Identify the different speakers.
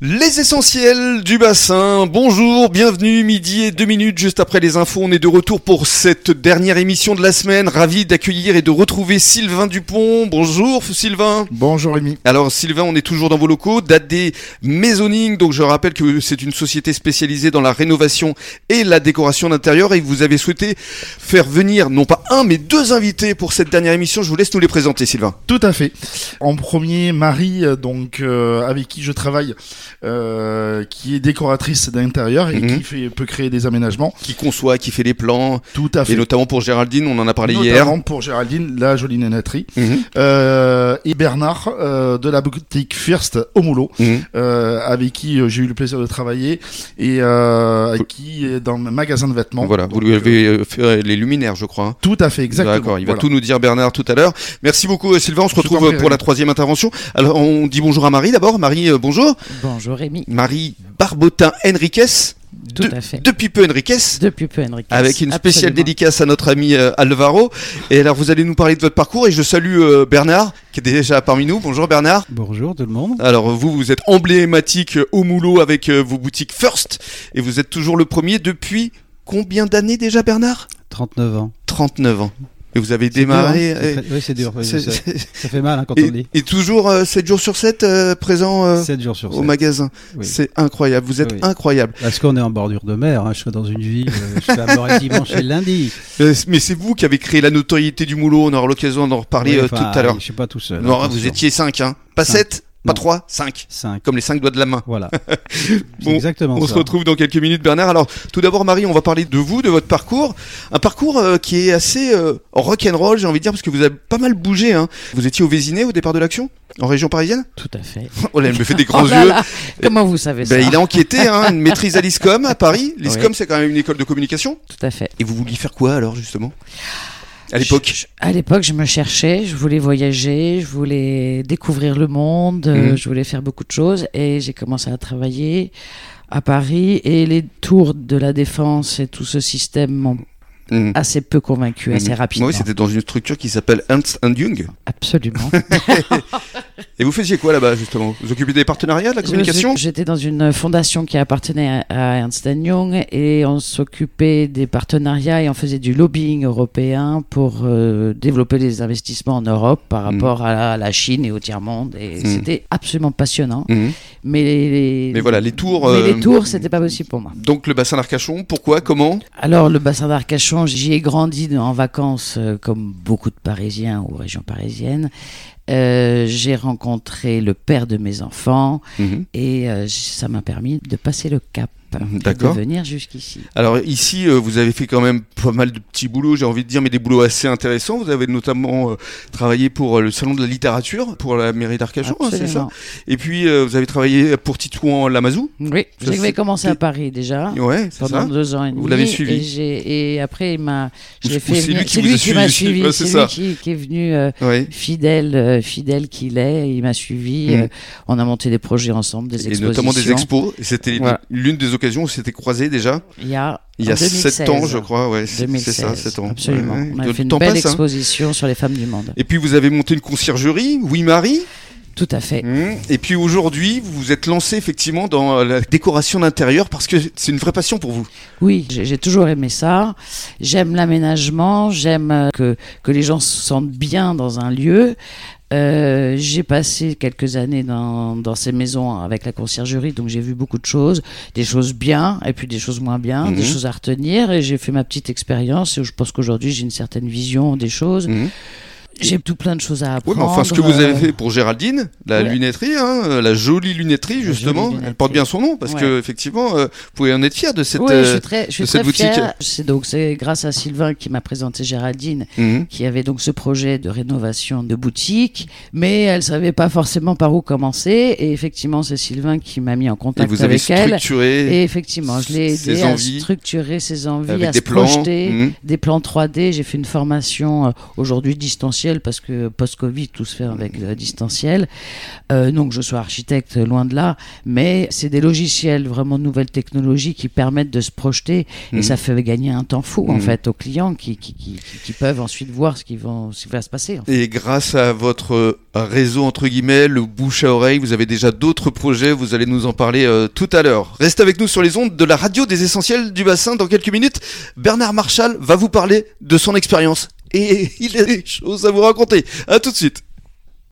Speaker 1: Les essentiels du bassin, bonjour, bienvenue, midi et deux minutes juste après les infos, on est de retour pour cette dernière émission de la semaine, ravi d'accueillir et de retrouver Sylvain Dupont, bonjour Sylvain
Speaker 2: Bonjour Rémi.
Speaker 1: alors Sylvain, on est toujours dans vos locaux, date des maisonnings, donc je rappelle que c'est une société spécialisée dans la rénovation et la décoration d'intérieur et que vous avez souhaité faire venir non pas un mais deux invités pour cette dernière émission, je vous laisse nous les présenter Sylvain.
Speaker 2: Tout à fait. En premier, Marie, euh, donc euh, avec qui je travaille, euh, qui est décoratrice d'intérieur et
Speaker 1: Mhm.
Speaker 2: qui fait, peut créer des aménagements.
Speaker 1: Qui conçoit, qui fait les plans,
Speaker 2: Tout à fait.
Speaker 1: et notamment pour Géraldine, on en a parlé hier.
Speaker 2: Ah, Notamment pour Géraldine, la jolie nénaterie.
Speaker 1: Mhm,
Speaker 2: Euh, et Bernard euh, de la boutique First au Moulot,
Speaker 1: mhm.
Speaker 2: euh, avec qui euh, j'ai eu le plaisir de travailler et euh, qui est dans le magasin de vêtements.
Speaker 1: Voilà, vous
Speaker 2: Donc,
Speaker 1: lui
Speaker 2: euh,
Speaker 1: avez euh, fait euh, les luminaires, je crois. hein.
Speaker 2: Tout à fait, exactement.
Speaker 1: D'accord, il va
Speaker 2: Voilà.
Speaker 1: tout nous dire Bernard tout à l'heure. Merci beaucoup euh, Sylvain, on se
Speaker 2: Je t'en
Speaker 1: retrouve euh,
Speaker 2: prie,
Speaker 1: pour la
Speaker 2: Rémi.
Speaker 1: troisième intervention. Alors on dit bonjour à Marie d'abord. Marie, euh, bonjour.
Speaker 3: Bonjour Rémi,
Speaker 1: Marie Barbotin Henriquez,
Speaker 3: tout
Speaker 1: de-
Speaker 3: à fait.
Speaker 1: depuis peu Henriquez,
Speaker 3: Depuis peu Henrik.
Speaker 1: avec une spéciale
Speaker 3: Absolument.
Speaker 1: dédicace à notre ami euh, Alvaro. Et alors vous allez nous parler de votre parcours et je salue euh, Bernard qui est déjà parmi nous. Bonjour Bernard.
Speaker 4: Bonjour tout le monde.
Speaker 1: Alors vous, vous êtes emblématique euh, au moulot avec euh, vos boutiques First et vous êtes toujours le premier depuis combien d'années déjà Bernard
Speaker 4: 39 ans.
Speaker 1: 39 ans. Et vous avez
Speaker 4: C'est dur, hein,
Speaker 1: démarré.
Speaker 4: c'est
Speaker 1: euh,
Speaker 4: très- Oui, c'est dur. oui, je
Speaker 1: c'est-
Speaker 4: sais.
Speaker 1: c'est-
Speaker 4: Ça fait mal hein, quand on
Speaker 1: et,
Speaker 4: dit.
Speaker 1: et toujours 7 jours sur 7 présent euh,
Speaker 4: 7 jours sur
Speaker 1: au
Speaker 4: 7.
Speaker 1: magasin. C'est incroyable, vous êtes
Speaker 4: Oui.
Speaker 1: incroyable.
Speaker 4: Parce qu'on est en bordure de mer. hein, Je suis dans une ville. euh, Je suis à Morée dimanche et lundi.
Speaker 1: Euh, Mais c'est vous qui avez créé la notoriété du moulot, on aura l'occasion d'en reparler
Speaker 4: Oui,
Speaker 1: euh,
Speaker 4: enfin,
Speaker 1: tout à l'heure.
Speaker 4: Je suis pas tout seul.
Speaker 1: Non, vous étiez 5, hein. pas
Speaker 4: Cinq.
Speaker 1: 7, pas
Speaker 4: Non.
Speaker 1: 3, 5.
Speaker 4: 5.
Speaker 1: Comme les 5 doigts de la main.
Speaker 4: Voilà. C'est
Speaker 1: Bon,
Speaker 4: exactement
Speaker 1: On se
Speaker 4: ça.
Speaker 1: retrouve dans quelques minutes, Bernard. Alors, tout d'abord, Marie, on va parler de vous, de votre parcours. Un parcours euh, qui est assez euh, rock'n'roll, j'ai envie de dire, parce que vous avez pas mal bougé. Hein. Vous étiez au Vésinet au départ de l'action En région parisienne
Speaker 3: Tout à fait.
Speaker 1: Oh là, elle me fait des grands
Speaker 3: Oh là
Speaker 1: yeux.
Speaker 3: là, Comment vous savez
Speaker 1: Ben,
Speaker 3: ça
Speaker 1: il a enquêté, hein, une maîtrise à l'ISCOM à Paris. L'ISCOM, c'est quand même une école de communication.
Speaker 3: Tout à fait.
Speaker 1: Et vous vouliez faire quoi alors, justement À l'époque
Speaker 3: À l'époque, je me cherchais, je voulais voyager, je voulais découvrir le monde, euh,
Speaker 1: Mhm.
Speaker 3: je voulais faire beaucoup de choses et j'ai commencé à travailler à Paris et les tours de la défense et tout ce système m'ont
Speaker 1: Mhm.
Speaker 3: assez peu convaincu, assez hein.
Speaker 1: Mhm.
Speaker 3: rapidement.
Speaker 1: Oui, c'était dans une structure qui s'appelle Ernst Young.
Speaker 3: Absolument.
Speaker 1: Et vous faisiez quoi là-bas, justement Vous occupiez des partenariats, de la
Speaker 3: Je-
Speaker 1: communication
Speaker 3: J'étais dans une fondation qui appartenait à, à Ernst Young et on s'occupait des partenariats et on faisait du lobbying européen pour euh, développer les investissements en Europe par
Speaker 1: Mm.
Speaker 3: rapport à la, à la Chine et au tiers-monde. Et
Speaker 1: Mm.
Speaker 3: c'était absolument passionnant.
Speaker 1: Mhm.
Speaker 3: Mais, les, les-
Speaker 1: Mais voilà, les tours.
Speaker 3: mais
Speaker 1: euh,
Speaker 3: les tours, c'était pas possible pour moi.
Speaker 1: Donc le bassin d'Arcachon, pourquoi, comment
Speaker 3: Alors, le bassin d'Arcachon, j'y ai grandi en vacances, euh, comme beaucoup de Parisiens ou régions parisiennes. Euh, J'ai rencontré le père de mes enfants.
Speaker 1: Mhm.
Speaker 3: Et euh, j- ça m'a permis de passer le cap,
Speaker 1: Mhm,
Speaker 3: et de
Speaker 1: d'accord.
Speaker 3: venir jusqu'ici.
Speaker 1: Alors ici, euh, vous avez fait quand même pas mal de petits boulots, j'ai envie de dire, mais des boulots assez intéressants. Vous avez notamment euh, travaillé pour euh, le salon de la littérature, pour la mairie d'Arcachon, hein, c'est ça
Speaker 3: Absolument.
Speaker 1: Et puis euh, vous avez travaillé pour Titouan Lamazou.
Speaker 3: Oui,
Speaker 1: Ça, c'est-
Speaker 3: j'avais commencé à Paris déjà.
Speaker 1: Ouais, c'est ça.
Speaker 3: Pendant deux ans et demi.
Speaker 1: Vous l'avez suivi.
Speaker 3: Et, j'ai- et après, il m'a. je
Speaker 1: Ou-
Speaker 3: l'ai
Speaker 1: ou
Speaker 3: fait
Speaker 1: c'est lui
Speaker 3: venir-
Speaker 1: qui vous a suivi,
Speaker 3: m'a
Speaker 1: c'est-
Speaker 3: suivi.
Speaker 1: ouais, c'est
Speaker 3: c'est
Speaker 1: ça.
Speaker 3: lui qui, qui est venu euh,
Speaker 1: Ouais.
Speaker 3: fidèle, euh, fidèle qu'il est. Il m'a suivi.
Speaker 1: Mhm.
Speaker 3: euh, on a monté des projets ensemble, des
Speaker 1: Et
Speaker 3: expositions.
Speaker 1: notamment des expos. Et C'était
Speaker 3: Voilà.
Speaker 1: l'une des occasions où on s'était croisés déjà.
Speaker 3: Il y a,
Speaker 1: Il y a
Speaker 3: en 2016,
Speaker 1: sept ans, je crois. Ouais, c'est c'est
Speaker 3: 2016,
Speaker 1: ça, sept ans.
Speaker 3: Absolument.
Speaker 1: Ouais, ouais.
Speaker 3: On a
Speaker 1: Le
Speaker 3: fait une
Speaker 1: temps
Speaker 3: belle
Speaker 1: passe, hein.
Speaker 3: exposition sur les femmes du monde.
Speaker 1: Et puis vous avez monté une conciergerie, Oui Marie.
Speaker 3: Tout à fait.
Speaker 1: Mmh. Et puis aujourd'hui, vous vous êtes lancé effectivement dans la décoration d'intérieur parce que c'est une vraie passion pour vous.
Speaker 3: Oui, j'ai j'ai toujours aimé ça. J'aime l'aménagement, j'aime euh, que, que les gens se sentent bien dans un lieu. Euh, j'ai passé quelques années dans, dans ces maisons avec la conciergerie, donc j'ai vu beaucoup de choses, des choses bien et puis des choses moins bien,
Speaker 1: Mhm.
Speaker 3: des choses à retenir. Et j'ai fait ma petite expérience et je pense qu'aujourd'hui j'ai une certaine vision des choses.
Speaker 1: Mmh.
Speaker 3: J'ai tout plein de choses à
Speaker 1: Oui,
Speaker 3: apprendre.
Speaker 1: mais enfin, ce que vous avez
Speaker 3: euh,
Speaker 1: fait pour Géraldine, la
Speaker 3: ouais.
Speaker 1: lunetterie, hein, euh, la jolie lunetterie,
Speaker 3: La
Speaker 1: justement,
Speaker 3: jolie
Speaker 1: elle
Speaker 3: lunetterie.
Speaker 1: porte bien son nom parce
Speaker 3: Ouais.
Speaker 1: que, effectivement, euh, vous pouvez en être fier de cette.
Speaker 3: oui, je
Speaker 1: euh,
Speaker 3: suis très, je suis
Speaker 1: de cette
Speaker 3: très fière.
Speaker 1: boutique.
Speaker 3: C'est donc c'est grâce à Sylvain qui m'a présenté Géraldine
Speaker 1: mmh.
Speaker 3: qui avait donc ce projet de rénovation de boutique, mais elle savait pas forcément par où commencer. Et effectivement, c'est Sylvain qui m'a mis en
Speaker 1: Et
Speaker 3: contact
Speaker 1: vous avez
Speaker 3: avec elle.
Speaker 1: structuré
Speaker 3: Et effectivement, je l'ai
Speaker 1: ses
Speaker 3: aidé
Speaker 1: envies
Speaker 3: à structurer ses envies,
Speaker 1: avec
Speaker 3: à
Speaker 1: des
Speaker 3: se
Speaker 1: plans.
Speaker 3: projeter.
Speaker 1: Mmh.
Speaker 3: Des plans 3D, j'ai fait une formation euh, aujourd'hui distanciée distanciel parce que post-Covid, tout se fait avec euh, distanciel. Euh, non que je sois architecte, loin de là, mais c'est des logiciels vraiment nouvelles technologies qui permettent de se projeter et
Speaker 1: Mhm.
Speaker 3: ça fait gagner un temps fou en
Speaker 1: Mhm.
Speaker 3: fait aux clients qui, qui, qui, qui- qui peuvent ensuite voir ce qui, vont, ce qui va se passer. en fait.
Speaker 1: Et grâce à votre euh, réseau, entre guillemets, le bouche à oreille, vous avez déjà d'autres projets, vous allez nous en parler euh, tout à l'heure. Restez avec nous sur les ondes de la radio des essentiels du bassin. Dans quelques minutes, Bernard Marchal va vous parler de son expérience. Et il a des choses à vous raconter. À tout de suite.